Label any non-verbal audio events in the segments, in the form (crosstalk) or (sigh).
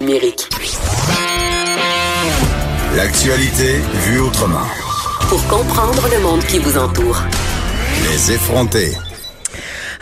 numérique. L'actualité vue autrement. Pour comprendre le monde qui vous entoure. Les effrontés.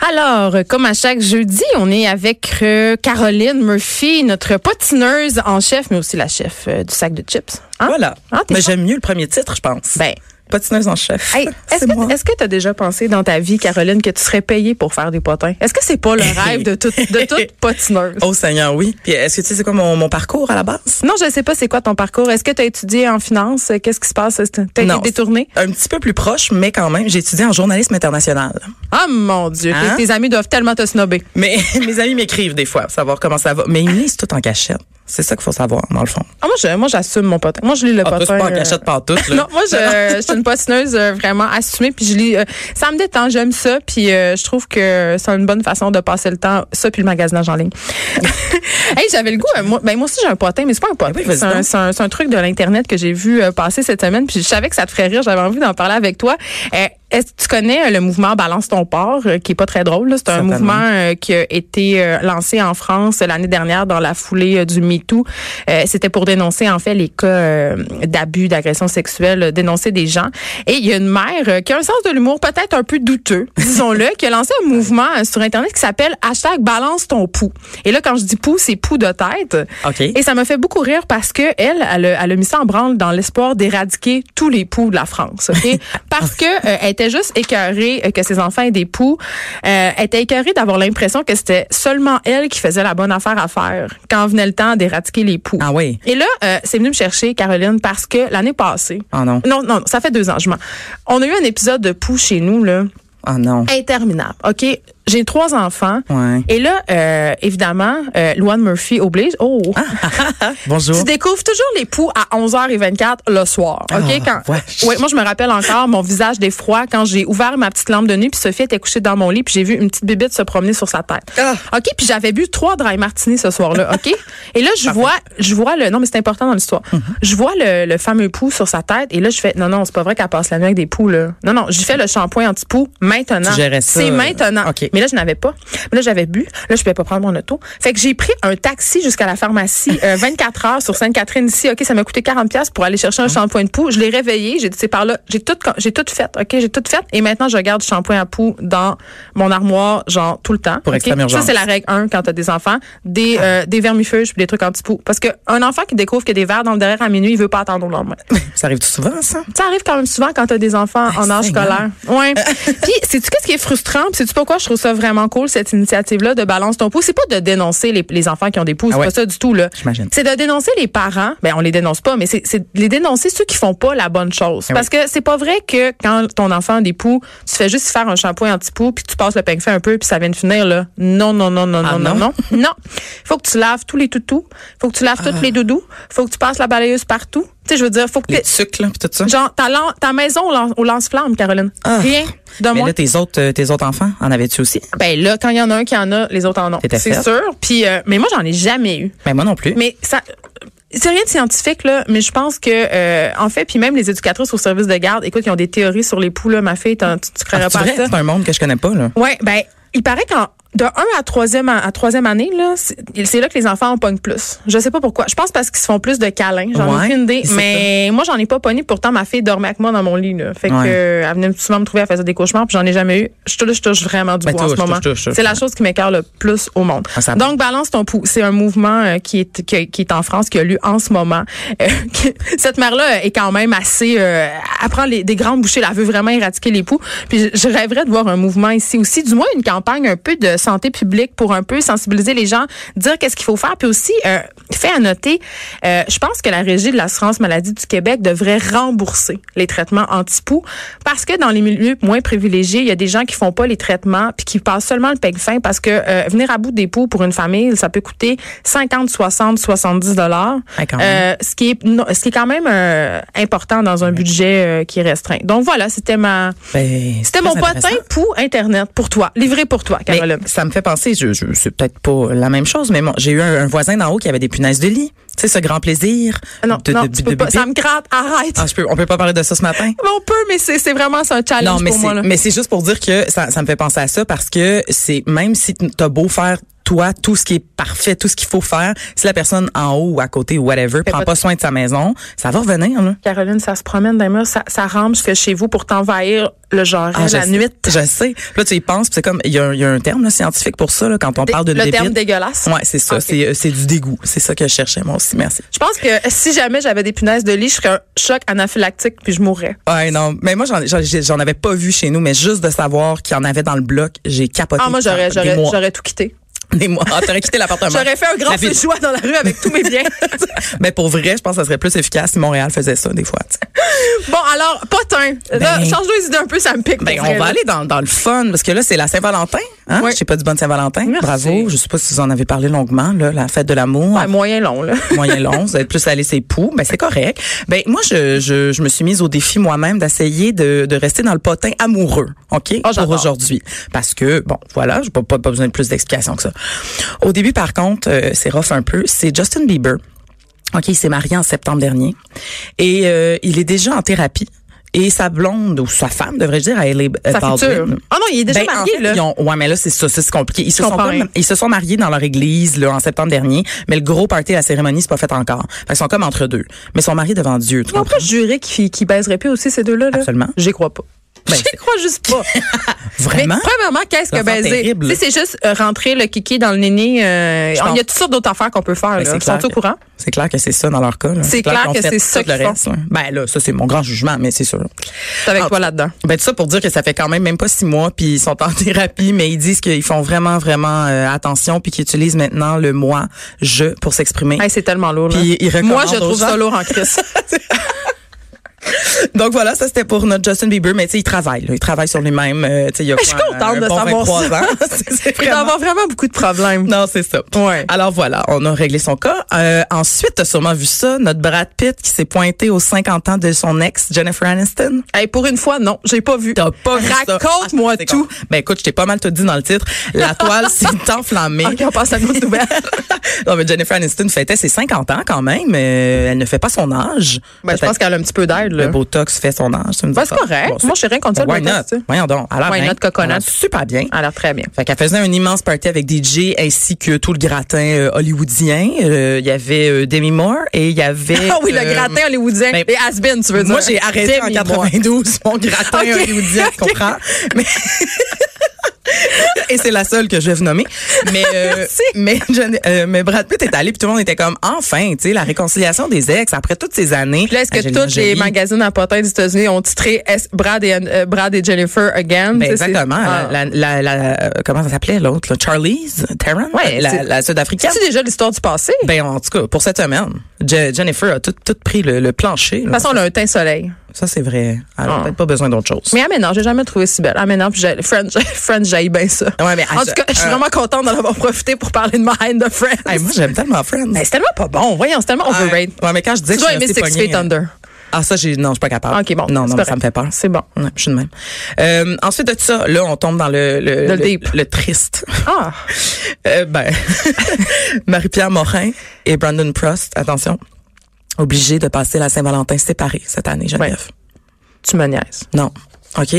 Alors, euh, comme à chaque jeudi, on est avec euh, Caroline Murphy, notre potineuse en chef, mais aussi la chef euh, du sac de chips. Hein? Voilà. Hein, t'es Mais forte? j'aime mieux le premier titre, je pense. (laughs) Ben, Patineuse en chef. (laughs) hey, est-ce c'est moi. que est-ce que tu as déjà pensé dans ta vie, Caroline, que tu serais payée pour faire des potins? Est-ce que c'est pas (laughs) le rêve de, tout- de toute potineuse? Oh Seigneur, oui. Puis est-ce que tu sais c'est quoi mon, mon parcours à la base? Non, je sais pas c'est quoi ton parcours. Est-ce que tu as étudié en finance? Qu'est-ce qui se passe? Est-ce que T'as été Non. détournée? Un petit peu plus proche, mais quand même, j'ai étudié en journalisme international. Ah mon Dieu, Hein? tes, tes amis doivent tellement te snobber. Mais (laughs) mes amis m'écrivent des fois pour savoir comment ça va. Mais ils me lisent tout en cachette. C'est ça qu'il faut savoir, dans le fond. Ah, moi, je- moi, j'assume mon potin. Moi, je lis le Ah, toi, potin. c'est pas en euh, cachette pantoute, (laughs) là. Non, moi, je, je suis une potineuse euh, vraiment assumée, puis je lis. euh, ça me détend, j'aime ça, puis euh, je trouve que c'est une bonne façon de passer le temps, ça, puis le magasinage en (laughs) ligne. hey, j'avais le goût, euh, moi, ben, moi aussi, j'ai un potin, mais c'est pas un potin. Ben oui, vas-y c'est, un, donc. c'est un- c'est un truc de l'Internet que j'ai vu euh, passer cette semaine, puis je savais que ça te ferait rire, j'avais envie d'en parler avec toi. Euh, est-ce que tu connais euh, le mouvement Balance ton port, euh, qui est pas très drôle? là? C'est un Certainement. mouvement euh, qui a été euh, lancé en France l'année dernière dans la foulée euh, du MeToo. Euh, C'était pour dénoncer en fait les cas euh, d'abus, d'agression sexuelle, euh, dénoncer des gens. Et il y a une mère euh, qui a un sens de l'humour peut-être un peu douteux, (laughs) disons-le, qui a lancé un mouvement euh, sur Internet qui s'appelle hashtag balance ton pouls. Et là, quand je dis pouls, c'est pouls de tête. OK. Et ça me fait beaucoup rire parce que elle, elle, a- elle a mis ça en branle dans l'espoir d'éradiquer tous les poux de la France. (laughs) ok? parce que euh, elle était juste écœurée euh, que ses enfants aient des poux. Euh, elle était écœurée d'avoir l'impression que c'était seulement elle qui faisait la bonne affaire à faire quand venait le temps d'éradiquer les poux. Ah oui. Et là, euh, c'est venu me chercher, Caroline, parce que l'année passée. Ah non. Non, non, ça fait deux ans, je mens. On a eu un épisode de poux chez nous, là Ah non. interminable. OK, j'ai trois enfants. Ouais. Et là, euh, évidemment, euh, Luan Murphy oblige. Oh! Ah, Bonjour. Tu découvres toujours les poux à 11h24 le soir. OK? Ah, quand, wesh. ouais, moi, je me rappelle encore mon visage d'effroi quand j'ai ouvert ma petite lampe de nuit, puis Sophie était couchée dans mon lit, puis j'ai vu une petite bébête se promener sur sa tête. Ah. OK? Puis j'avais bu trois dry martinis ce soir-là. (laughs) OK? et là, je vois, je vois le. Non, mais c'est important dans l'histoire. Mhm. Je vois le, le fameux pou sur sa tête, et là, je fais non, non, c'est pas vrai qu'elle passe la nuit avec des poux, là. Non, non, j'ai fait le shampoing anti-poux maintenant. Tu gérais ça, C'est euh, maintenant. OK. Mais là, je n'avais pas. Mais là, j'avais bu. Là, je pouvais pas prendre mon auto. Fait que j'ai pris un taxi jusqu'à la pharmacie (laughs) euh, 24 heures sur Sainte-Catherine ici. OK, ça m'a coûté 40 pièces pour aller chercher un Ah. shampoing de poux. Je l'ai réveillé, j'ai dit c'est par là, j'ai tout con- j'ai tout fait. OK, j'ai tout fait et maintenant je garde du shampoing à poux dans mon armoire genre tout le temps. Pour OK? extrême urgence. Ça c'est la règle 1 quand tu as des enfants, des euh, des vermifuges puis des trucs anti-poux parce que un enfant qui découvre que des verres dans le derrière à minuit, il veut pas attendre au lendemain. Ça arrive tout souvent, ça? Ça arrive quand même souvent quand t'as des enfants en âge Seigneur. scolaire. (laughs) Ouais. Puis, sais-tu qu'est-ce qui est frustrant? Puis, sais-tu pourquoi je trouve ça vraiment cool, cette initiative-là de Balance ton pouls? C'est pas de dénoncer les, les enfants qui ont des pouces. Ah C'est ouais. pas ça du tout, là. J'imagine. C'est de dénoncer les parents. Ben, on les dénonce pas, mais c'est c'est de les dénoncer ceux qui font pas la bonne chose. Ah Parce que c'est pas vrai que quand ton enfant a des poux, tu fais juste faire un shampoing anti-poux, puis tu passes le peigne fin un peu, puis ça vient de finir, là. Non, non, non, non, Ah non, non, non. Non. Faut que tu laves tous les toutous. Faut que tu Ah. laves toutes les doudous. Faut que tu passes la balayeuse partout. Tu sais, je veux dire, faut que Les t'aies- sucres, là, puis tout ça. Genre, ta, lan- ta maison au, lan- au lance-flamme, Caroline. Ah. Rien de Mais moins. là, tes autres, euh, tes autres enfants, en avais-tu aussi? ben là, quand il y en a un qui en a, les autres en ont. T'étais C'est faite. sûr. Puis, euh, mais moi, j'en ai jamais eu. Ben, moi non plus. Mais ça. C'est rien de scientifique, là, mais je pense que, euh, en fait, puis même les éducatrices au service de garde, écoute, ils ont des théories sur les poux, là, ma fille, t'en- tu, tu Ah, croirais c'est pas à vrai, ça. c'est un monde que je connais pas, là. Ouais, ben, il paraît qu'en de 1 à 3e an- à troisième année là, c'est c'est là que les enfants en pognent plus. Je sais pas pourquoi. Je pense parce qu'ils se font plus de câlins. J'en ai Ouais, aucune idée. c'est Mais moi j'en ai pas pogné. Pourtant ma fille dormait avec moi dans mon lit là. Fait que Ouais. euh, elle venait souvent me trouver, elle faisait des cauchemars. Puis j'en ai jamais eu. Je touche, je touche vraiment du Ben, bois en touche, ce moment. touche, touche, touche. C'est la chose qui m'écœure le plus au monde. Ah, ça- Donc balance ton pouls. C'est un mouvement euh, qui est qui, qui est en France, qui a lieu en ce moment. Euh, (laughs) qui- Cette mère là est quand même assez. Euh, elle prend les, des grandes bouchées. Elle veut vraiment éradiquer les poux. Puis je- je rêverais de voir un mouvement ici aussi, du moins une campagne un peu de santé publique pour un peu sensibiliser les gens, dire qu'est-ce qu'il faut faire. Puis aussi, euh, fait à noter, euh, je pense que la régie de l'assurance maladie du Québec devrait rembourser les traitements anti-poux parce que dans les milieux moins privilégiés, il y a des gens qui font pas les traitements puis qui passent seulement le peigne fin parce que euh, venir à bout des poux pour une famille, ça peut coûter 50, 60, 70 dollars. Ouais, quand même. Euh, ce qui est non, ce qui est quand même euh, important dans un budget euh, qui est restreint. Donc voilà, c'était ma Ben, c'était c'est mon très potin intéressant. pour internet pour toi, livré pour toi Mais Caroline. ça me fait penser, je, je- c'est peut-être pas la même chose, mais moi, j'ai eu un, un voisin d'en haut qui avait des punaises de lit. Tu sais, ce grand plaisir. Ah non, de, non, de- tu de- peux de pas, bibi. ça me gratte, arrête. Ah, je peux, on peut pas parler de ça ce matin. Mais on peut mais c'est c'est vraiment c'est un challenge Non, mais pour moi là. c'est, mais c'est juste pour dire que ça, ça me fait penser à ça parce que c'est, même si t'as beau faire toi tout ce qui est parfait, tout ce qu'il faut faire. Si la personne en haut ou à côté ou whatever prend pas de- pas soin de sa maison, ça va revenir. Là. Caroline, ça se promène dans les murs, ça, ça rentre jusque chez vous pour t'envahir le genre Ah, je la sais, nuit. Je sais. Puis Là, tu y penses, puis c'est comme il y, a un- il y a un terme là, scientifique pour ça là, quand on parle de le terme débite. dégueulasse. Ouais, c'est ça. Ok. C'est euh, c'est du dégoût. C'est ça que je cherchais moi aussi. Merci. Je pense que si jamais j'avais des punaises de lit, je serais un choc anaphylactique puis je mourrais. Ouais, non. Mais moi, j'en- j'en j'en avais pas vu chez nous, mais juste de savoir qu'il y en avait dans le bloc, j'ai capoté. Ah, moi, j'aurais, des j'aurais, mois. j'aurais tout quitté. Des mois. Ah, t'aurais quitté l'appartement. J'aurais fait un grand La feu vie- de joie dans la rue avec tous mes (laughs) biens. (laughs) Mais pour vrai, je pense que ça serait plus efficace si Montréal faisait ça des fois. tu sais. bon, alors, potin. Là, Ben- change les idées un peu, ça me pique. Ben, pour on vrai, va là. aller dans, dans le fun parce que là, c'est la Saint-Valentin. Hein? Oui. Je sais pas du bonne Saint-Valentin. Merci. Bravo. Je sais pas si vous en avez parlé longuement, là, la fête de l'amour. Ouais, Ah, moyen long, là. moyen long, vous êtes plus allé ses poux, ben c'est correct. Ben moi je, je, je me suis mise au défi moi-même d'essayer de, de rester dans le potin amoureux, OK Ah, j'adore. pour aujourd'hui parce que bon, voilà, j'ai pas, pas, pas besoin de plus d'explications que ça. Au début par contre, euh, c'est rough un peu, c'est Justin Bieber. OK, il s'est marié en septembre dernier et euh, il est déjà en thérapie et sa blonde ou sa femme devrais-je dire, elle est Sa future. Ah non, il est déjà ben, marié, en fait, là. ils ont- ouais, mais là, c'est ça, ça, c'est compliqué. Ils se, sont Comparer. pas- ils se sont mariés dans leur église là, en septembre dernier, mais le gros party, la cérémonie, c'est pas fait encore. Fait qu'ils sont comme entre deux. Mais ils sont mariés devant Dieu. Tu On comprends? peut jurer qu'ils qu'ils baiseraient plus aussi, ces deux-là. Là. Absolument. J'y crois pas. Ben, J'y c'est- crois juste pas. Vraiment? Mais premièrement, qu'est-ce que Ça sent baiser? terrible. Tu sais, c'est juste euh, rentrer le kiki dans le néné. euh, Je on- il y a pense- toutes sortes d'autres affaires qu'on peut faire. Ben, là. c'est Ils sont clair au courant? C'est clair que c'est ça dans leur cas. là. C'est clair qu'on que fait c'est tout ça le qu'ils reste, là. Ben là, ça, c'est mon grand jugement, mais c'est sûr. C'est avec Ah, toi là-dedans. Ben tout ça pour dire que ça fait quand même même pas six mois puis ils sont en (laughs) thérapie mais ils disent qu'ils font vraiment vraiment euh, attention puis qu'ils utilisent maintenant le moi je pour s'exprimer. Hey, c'est tellement lourd. là. Puis il recommande Moi, je aux trouve gens- ça lourd en (laughs) crise. Donc voilà, ça c'était pour notre Justin Bieber, mais tu sais, il travaille, là. il travaille sur lui-même. euh, tu sais, il y a Mais (laughs) je suis quoi, contente un de bon savoir 23 ça. (laughs) ans. (laughs) C'est- c'est Il doit vraiment- avoir vraiment beaucoup de problèmes. Non, c'est ça. Ouais. Alors voilà, on a réglé son cas. Euh, ensuite, t'as sûrement vu ça, notre Brad Pitt qui s'est pointé aux 50 ans de son ex, Jennifer Aniston. Hey, pour une fois, non, j'ai pas vu. T'as pas vu ça. Raconte-moi Ah, c'est tout. con. Ben écoute, je t'ai pas mal tout dit dans le titre. (laughs) La toile s'est enflammée. Ok, on passe à une autre nouvelle. (laughs) non, mais Jennifer Aniston fêtait ses 50 ans quand même. euh, elle ne fait pas son âge. Ben, je Peut-être pense qu'elle a un petit peu d'aide, là. le Botox fait son âge. tu me dis Ben, c'est ça. correct. Bon, Moi, je suis rien contre ça, le Ben, Why Botox, tu not? sais. Voyons donc. Alors, Why bien, not, coconut? Ah. alors, Super bien. Elle a l'air très bien. Fait qu'elle faisait un immense party avec DJ ainsi que tout le gratin euh, hollywoodien. Euh, Il y avait euh, Demi Moore et il y avait... Ah oui, euh, le gratin hollywoodien. ben, et Asbin, tu veux dire. Moi, j'ai arrêté en Demi-moi. 92 (laughs) mon gratin Ok. hollywoodien, tu comprends? Mais... (laughs) Et c'est la seule que je vais vous nommer. Mais, euh, mais, je- euh, mais Brad Pitt est allé, puis tout le monde était comme, enfin, tu sais, la réconciliation des ex après toutes ces années. Puis là, est-ce que Angelina tous les Jolie. magazines à potins des États-Unis ont titré S- Brad, et, euh, Brad et Jennifer again? Ben, Tu sais, c'est- exactement. Ah. La, la- la- euh, comment ça s'appelait l'autre? là? Charlize Theron? Ouais, c'est- la, la sud-africaine. C'est-tu déjà l'histoire du passé? De Ben, en tout cas, pour cette semaine, Je- Jennifer a tout, tout pris le, le plancher. là. toute façon, elle a un teint soleil. Ça, c'est vrai. Elle a Ah. peut-être pas besoin d'autre chose. Mais ah, mais non, j'ai jamais trouvé si belle. Ah, mais non, puis j'ai- Friends, (laughs) Friends, j'aille bien ça. Ouais, mais, en ah, tout cas, je suis euh, vraiment contente d'en avoir profité pour parler de ma haine de Friends. Hey, moi, j'aime tellement Friends. Ben, c'est tellement pas bon. Voyons, c'est tellement Ouais. overrated. Ouais, mais quand je dis Tu que dois je suis aimer restée Six pognée, Feet euh, Under. Ah, ça, j'ai, non, je suis pas capable. OK, bon, Non, c'est non, mais ça correct. me fait peur. C'est bon. Ouais, je suis de même. Euh, ensuite de ça, là, on tombe dans le, le, Dans le deep. le triste. Ah, Euh, ben, (laughs) Marie-Pierre Morin et Brandon Prost, attention, obligés de passer la Saint-Valentin séparés cette année, Geneviève. tu me niaises. Non. OK.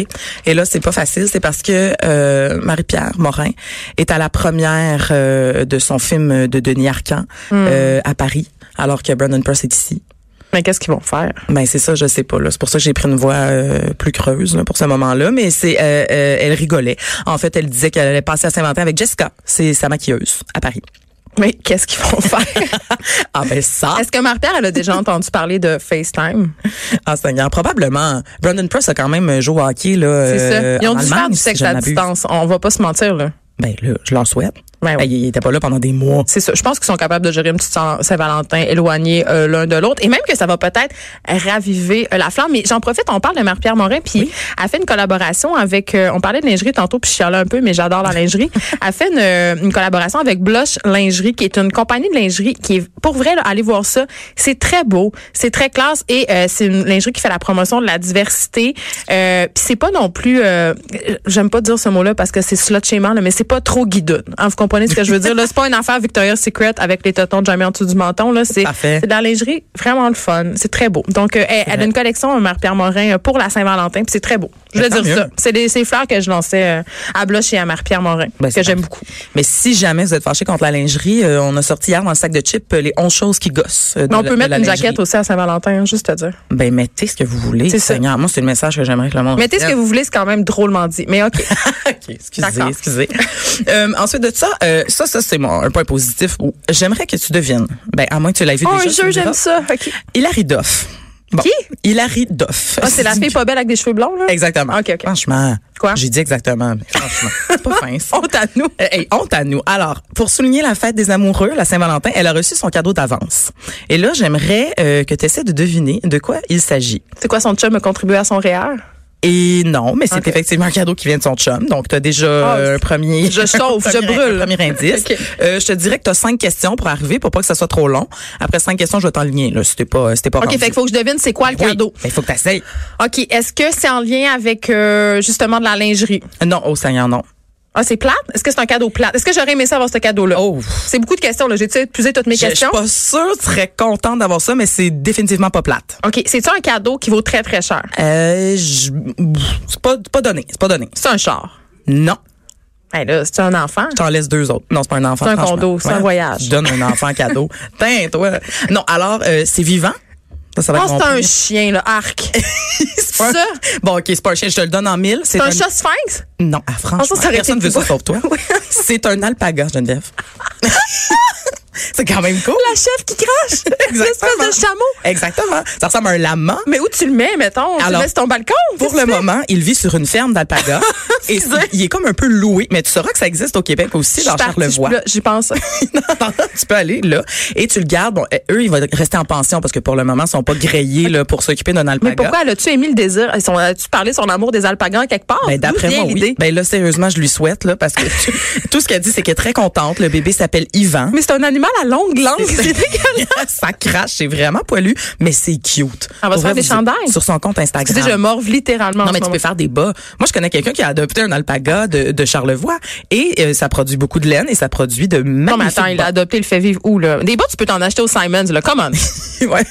Et là, c'est pas facile. C'est parce que euh, Marie-Pierre Morin est à la première euh, de son film de Denis Arcan euh, à Paris, alors que Brandon Prost est ici. Mais qu'est-ce qu'ils vont faire? Ben c'est ça, je sais pas. là. C'est pour ça que j'ai pris une voix euh, plus creuse là, pour ce moment-là. Mais c'est, euh, euh, elle rigolait. En fait, elle disait qu'elle allait passer à Saint-Valentin avec Jessica, c'est sa maquilleuse à Paris. Mais qu'est-ce qu'ils vont faire? (laughs) Ah ben ça, Est-ce que Marie-Pierre, elle a déjà entendu parler de FaceTime? en Ah, Seigneur. Probablement. Brandon Press a quand même joué au hockey là. C'est euh, ça. Ils ont en dû faire Allemagne, du si sexe je ne à m'abuse. distance. On va pas se mentir, là. Ben là, je leur souhaite. Ben oui. Ben, il était pas là pendant des mois. C'est ça. Je pense qu'ils sont capables de gérer une petite Saint- Saint-Valentin éloignée euh, l'un de l'autre. Et même que ça va peut-être raviver euh, la flamme. Mais j'en profite, on parle de Marie-Pierre Morin, puis elle fait une collaboration avec... euh, on parlait de lingerie tantôt, puis je chialais un peu, mais j'adore la (laughs) lingerie. elle fait une, euh, une collaboration avec Blush Lingerie, qui est une compagnie de lingerie qui est... Pour vrai, là, allez voir ça. C'est très beau, c'est très classe, et euh, c'est une lingerie qui fait la promotion de la diversité. Euh, puis c'est pas non plus... euh, J'aime pas dire ce mot-là parce que c'est slut shaming, là, mais c'est pas trop guidoune. Hein, vous comprenez ce que je veux dire. Là, c'est pas une affaire Victoria's Secret avec les totons jamais en dessous du menton. Là, c'est, Parfait. c'est de la lingerie vraiment le fun. C'est très beau. Donc, euh, elle, elle a une collection, euh, Mère Pierre Morin, euh, pour la Saint-Valentin, puis c'est très beau. Je Ben, voulais dire tant mieux. ça. C'est des, c'est les fleurs que je lançais euh, à Bloch et à Mère Pierre Morin, Ben, que c'est j'aime parfait. beaucoup. Mais si jamais vous êtes fâché contre la lingerie, euh, on a sorti hier dans le sac de chips euh, les 11 choses qui gossent. euh, de Mais on la- peut de mettre la une lingerie. jaquette aussi à Saint-Valentin, hein, juste te dire. Ben, mettez ce que vous voulez. C'est ça. Seigneur, moi, c'est le message que j'aimerais que le monde Mettez ce que retienne. vous voulez, c'est quand même drôlement dit. Mais (laughs) OK. (laughs) OK, excusez, D'accord. excusez. (laughs) Euh, ensuite de ça, euh, ça, ça, c'est mon, un point positif. où J'aimerais que tu devines. Ben, à moins que tu l'aies vu oh, déjà. un tu me jeu, diras. j'aime ça. OK. Hilary Duff. Bon, Qui? Hilary Duff. Ah, (laughs) c'est la fille pas belle avec des cheveux blonds, là? Exactement. OK, OK. Franchement. Quoi? J'ai dit exactement, mais (laughs) franchement. c'est pas fin, ça. Honte à nous. Euh, hey, honte à nous. Alors, pour souligner la fête des amoureux, la Saint-Valentin, elle a reçu son cadeau d'avance. Et là, j'aimerais euh, que tu essaies de deviner de quoi il s'agit. C'est quoi, son chum a contribué à son REER? Et non, mais c'est Ok. Ah, effectivement un cadeau qui vient de son chum. Donc, tu as déjà euh, un premier... je chauffe, (laughs) un je premier- brûle. un premier indice. Ok. Euh, je te dirais que tu as cinq questions pour arriver, pour pas que ça soit trop long. Après cinq questions, je vais t'enligner. là, Si t'es pas, si t'es pas OK, rendu. fait qu'il faut que je devine c'est quoi le Oui, cadeau. mais faut que tu essayes. OK, est-ce que c'est en lien avec euh, justement de la lingerie? Non, oh Seigneur, non. Ah, c'est plate? Est-ce que c'est un cadeau plate? Est-ce que j'aurais aimé ça avoir ce cadeau-là? Oh. C'est beaucoup de questions, là. J'ai-tu épuisé toutes mes Je je suis questions? pas sûre, tu serais contente d'avoir ça, mais c'est définitivement pas plate. OK, c'est-tu un cadeau qui vaut très, très cher? Euh, je- c'est pas, c'est pas donné, c'est pas donné. C'est un char. Non. Hey, Ben là, c'est un enfant? Je t'en laisse deux autres. Non, c'est pas un enfant. C'est un franchement. condo, c'est un Ouais, voyage. Tu donnes un enfant (laughs) en cadeau. Tain, toi. Non, alors, euh, c'est vivant. Ça, ça va Oh, être mon c'est un premier. chien, là, (laughs) arc. C'est pas un- ça. Bon, OK, c'est pas un chien. Je te le donne en mille. C'est C'est un chat sphinx? Non, à France. ça, ça aurait personne été veut ça plus sauf (laughs) toi. Oui. c'est un alpaga, (laughs) Geneviève. (laughs) c'est quand même cool. La chef qui (laughs) crache? Exactement. L'espèce de chameau? Exactement. Ça ressemble à un lama. Mais où tu le mets, mettons? tu le Alors, mets sur ton balcon? Pour le moment, il vit sur une (laughs) ferme d'alpaga. et il est comme un peu loué. Mais tu sauras que ça existe au Québec aussi, dans Charlevoix. J'y pense. (laughs) Non, non, non, tu peux aller là et tu le gardes. Bon, euh, eux, ils vont rester en pension parce que pour le moment, ils sont pas grillés là, pour s'occuper d'un alpaga. Mais pourquoi elle a-tu émis le désir? Ils sont- As-tu parlé de son amour des alpagas quelque part? Ben, D'où d'après vient moi, oui. l'idée? Ben, là, sérieusement, je lui souhaite, (laughs) là, parce que (laughs) tu- tout ce qu'elle dit, c'est qu'elle est très contente. Le bébé s'appelle Ivan. Mais c'est un animal à longue langue. C'est dégueulasse. (laughs) Ah, ça crache, c'est vraiment poilu, mais c'est cute. On va se Pour faire vrai, des vous- chandails. Sur son compte Tu Instagram. dis, je morve littéralement. non, en mais ce tu peux moment. faire des bas. Moi, je connais quelqu'un qui a adopté un alpaga de, de Charlevoix et euh, ça produit beaucoup de laine et ça produit de magnifiques Non, mais attends, il a bas. adopté le fait vivre où, là? Des bas, tu peux t'en acheter au Simons, là. Comment? (laughs) Ouais.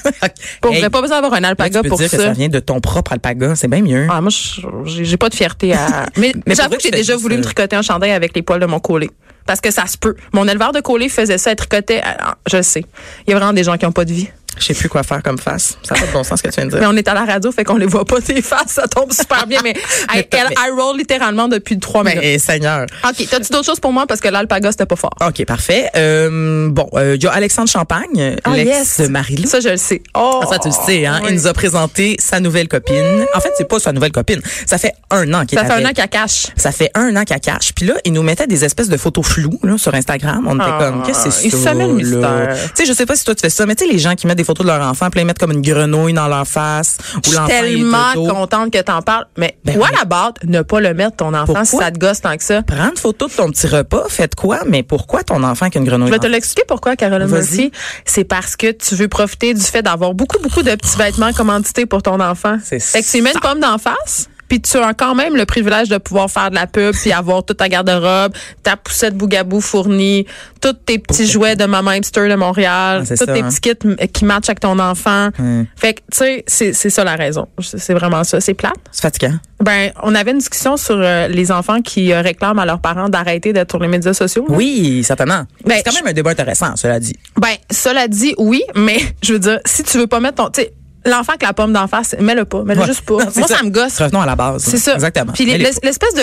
Pour Hey, vrai, pas besoin d'avoir un là, alpaga tu peux pour dire ça. que ça vient de ton propre alpaga, c'est bien mieux. Ah, moi, je- j'ai j'ai pas de fierté (laughs) à. Mais, Mais pour j'avoue vrai, que j'ai je te déjà dis voulu ça. me tricoter un chandail avec les poils de mon collet. Parce que ça se peut. Mon éleveur de collet faisait ça, elle tricotait. Ah, Je le sais. Il y a vraiment des gens qui ont pas de vie. Je sais plus quoi faire comme face. Ça n'a pas de bon sens ce que tu viens de Mais dire. on est à la radio, fait qu'on les voit pas tes faces, ça tombe super bien. (laughs) Mais, Mais I- t'as- elle, mais- I roll littéralement depuis trois minutes. Mais, eh, Seigneur. OK, t'as-tu d'autres choses pour moi? Parce que l'alpaga, c'était pas fort. OK, parfait. Euh, bon, euh, il y a Alexandre Champagne, Ah, l'ex yes. de Marie-Lou. Ça, je le sais. Oh, Ah, ça, tu le sais, hein? oui. Il nous a présenté sa nouvelle copine. En fait, c'est pas sa nouvelle copine. Ça fait un an qu'il est Ça fait un avec. an qu'elle cache. Ça fait un an qu'elle cache. Puis là, il nous mettait des espèces de photos floues là, sur Instagram. On était Ah, comme, qu'est-ce que c'est il ça? semait le là? mystère. Tu sais, je sais pas si toi tu fais ça, mais tu sais, les gens qui mettent des photos de leur enfant, puis là, ils mettent comme une grenouille dans leur face. Je Ou suis l'enfant est tellement dodo. contente que t'en parles. Mais Ben what oui. about ne pas le mettre ton enfant Pourquoi? si ça te gosse tant que ça? Prends une photo de ton petit repas, faites quoi? Mais pourquoi ton enfant qui a une grenouille? Je vais te dans- l'expliquer pourquoi, Caroline Vas-y. Murphy. C'est parce que tu veux profiter du fait d'avoir beaucoup, beaucoup de petits vêtements commandités pour ton enfant. C'est Fait que tu lui mets une pomme d'en face, puis tu as quand même le privilège de pouvoir faire de la pub, puis avoir toute ta garde-robe, ta poussette bougabou fournie, tous tes petits jouets de Maman Hipster de Montréal, Ah, c'est tous ça, tes hein. petits kits m- qui matchent avec ton enfant. Fait que, tu sais, c'est c'est ça la raison. C'est c'est vraiment ça. C'est plate. C'est fatigant. Ben, on avait une discussion sur euh, les enfants qui euh, réclament à leurs parents d'arrêter d'être sur les médias sociaux. là. Oui, certainement. Ben, c'est quand même un débat intéressant, cela dit. Ben, cela dit, oui, mais je veux dire, si tu veux pas mettre ton. Tu sais, l'enfant avec la pomme d'en face, mets-le pas, mets-le Ouais. juste pas. (laughs) Non, c'est Moi, ça. me gosse. Revenons à la base. C'est ça. Exactement. Puis Mais les- l'es- l'espèce de.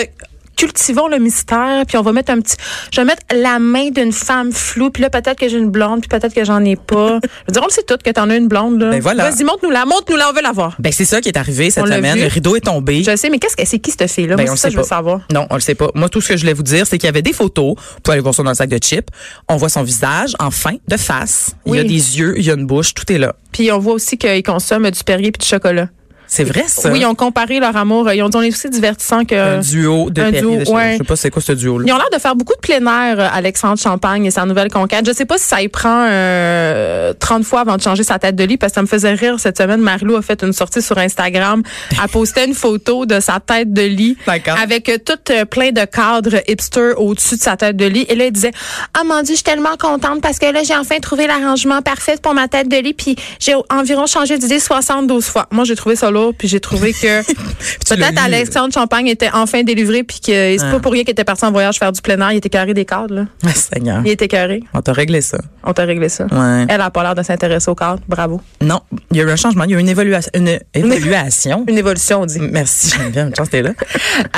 Cultivons le mystère, puis on va mettre un petit. Je vais mettre la main d'une femme floue, puis là, peut-être que j'ai une blonde, puis peut-être que j'en ai (laughs) pas. je veux dire, on le sait toutes que t'en as une blonde, là. Ben voilà. Vas-y, montre-nous-la, montre-nous-la, on veut la voir. Ben, c'est ça qui est arrivé cette On l'a semaine. vu. Le rideau est tombé. Je sais, mais qu'est-ce que c'est qui cette fille-là? Ben, Moi, on c'est ça, le que je veux sait pas. savoir. Non, on le sait pas. Moi, tout ce que je voulais vous dire, c'est qu'il y avait des photos. Vous pouvez aller voir ça dans le sac de chips. On voit son visage, enfin, de face. Il y a Oui. des yeux, il y a une bouche, tout est là. Puis on voit aussi qu'ils consomment du Perrier puis du chocolat. C'est vrai, ça? Oui, ils ont comparé leur amour. Ils ont dit on est aussi divertissant que. Un duo de un Perrier duo, de Chanel. ouais. Je sais pas c'est quoi ce duo-là. Ils ont l'air de faire beaucoup de plein air, euh, Alexandre Champagne et sa nouvelle conquête. Je sais pas si ça y prend euh, 30 fois avant de changer sa tête de lit parce que ça me faisait rire cette semaine. Marilou a fait une sortie sur Instagram. Elle postait une photo de sa tête de lit D'accord. avec euh, tout euh, plein de cadres hipster au-dessus de sa tête de lit. Et là, elle disait, ah mon dieu, je suis tellement contente parce que là, j'ai enfin trouvé l'arrangement parfait pour ma tête de lit. Puis j'ai environ changé d'idée 72 fois. Moi, j'ai trouvé ça lourd. Puis j'ai trouvé que l'as Ah. peut-être lu. Alexandre Champagne était enfin délivré. Puis que c'est pas pour rien qu'il était parti en voyage faire du plein air. Il était carré des cadres. Là. Ah, Seigneur. Il était carré. On t'a réglé ça. On t'a réglé ça. Ouais. Elle a pas l'air de s'intéresser aux cadres. Bravo. Non, il y a eu un changement, il y a eu une évaluation. Une évaluation. Une évolution, on dit. Merci, j'aime bien, une chance que t'es là.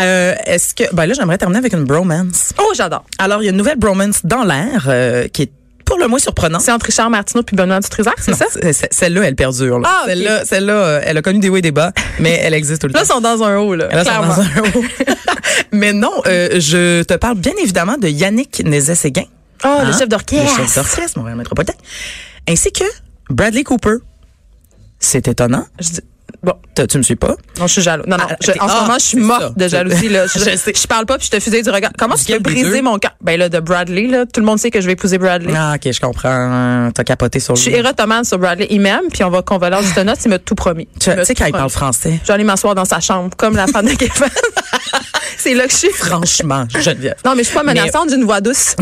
Euh, Est-ce que. Ben là, j'aimerais terminer avec une bromance. Oh, j'adore. Alors, il y a une nouvelle bromance dans l'air euh, qui est pour le moins surprenante. C'est entre Richard Martineau puis Benoît Dutrisac, c'est Non, ça? c'est- c'est- Euh, Celle-là, elle perdure. là. Ah, ok. Celle-là, celle-là, euh, elle a connu des hauts et des bas, mais elle existe tout le Là, temps. ils sont dans un haut, là. Là, c'est clairement. dans un haut. (laughs) mais non, euh, je te parle bien évidemment de Yannick Nézet-Séguin. Oh, le Hein? chef Le d'orchestre. chef d'orchestre, Montréal Métropolitain. Ainsi que Bradley Cooper. C'est étonnant. Je dis- Bon, t- tu me suis pas. Non, je suis jaloux. Non, non. Ah, je- t'es- en ce ah, moment, je suis c'est morte ça. de jalousie, là. Je, Je sais. je parle pas puis je te fusille du regard. Comment tu peux Lequel des briser deux? mon cœur? Ben là, de Bradley, là. Tout le monde sait que je vais épouser Bradley. Ah, ok, je comprends. T'as capoté sur Je suis lui. érotomane sur Bradley. Il m'aime puis on va convalescer du donut. Il m'a tout promis. Tu m'a tu sais tout quand il promis. parle français. Je vais aller m'asseoir dans sa chambre, comme la femme de Kevin. (laughs) c'est là que je suis. Franchement, Geneviève. Non, mais je suis pas Mais- menaçante, j'ai une voix douce.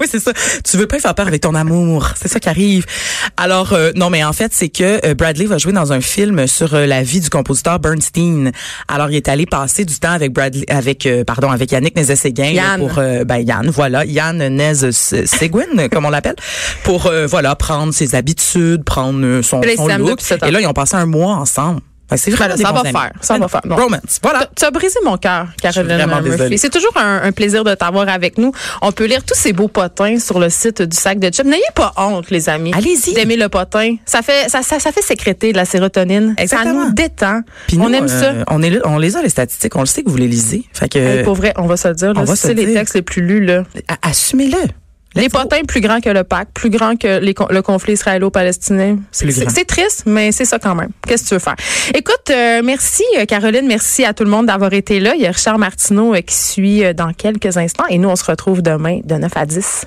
Oui, c'est ça. Tu veux pas lui faire peur avec ton amour. C'est ça qui arrive. Alors, euh, non, mais en fait, c'est que euh, Bradley va jouer dans un film sur euh, la vie du compositeur Bernstein. Alors, il est allé passer du temps avec Bradley, avec, euh, pardon, avec Yannick Nézet-Séguin. là, Yann. Pour, euh, ben, Yann, voilà. Yann Nézet-Séguin, (laughs) comme on l'appelle. Pour, euh, voilà, prendre ses habitudes, prendre euh, son, Puis là, il son s'aime look. depuis sept ans. Et là, ils ont passé un mois ensemble. Fait que C'est Ben là, vraiment des ça bons va amis. faire, ça va faire. Bon. Romance. Voilà. Tu as brisé mon cœur, Je suis Caroline vraiment Murphy. désolée. C'est toujours un, un plaisir de t'avoir avec nous. On peut lire tous ces beaux potins sur le site du sac de chips. N'ayez pas honte, les amis. Allez-y. D'aimer le potin. Ça fait, ça, ça, ça fait sécréter de la sérotonine. Ça Exactement. nous détend. Puis on nous, aime ça. euh, On, est, là- on les a, les statistiques. On le sait que vous les lisez. Fait que, Hey, pour vrai, on va se le dire. on là, va se C'est le les dire. textes les plus lus. Là. a- assumez-le. Les Let's go. potins plus grands que le PAC, plus grands que les con- le conflit israélo-palestinien. C'est Plus grand. c'est triste, mais c'est ça quand même. Qu'est-ce que tu veux faire? Écoute, euh, merci euh, Caroline, merci à tout le monde d'avoir été là. Il y a Richard Martineau euh, qui suit euh, dans quelques instants et nous, on se retrouve demain de 9 à 10.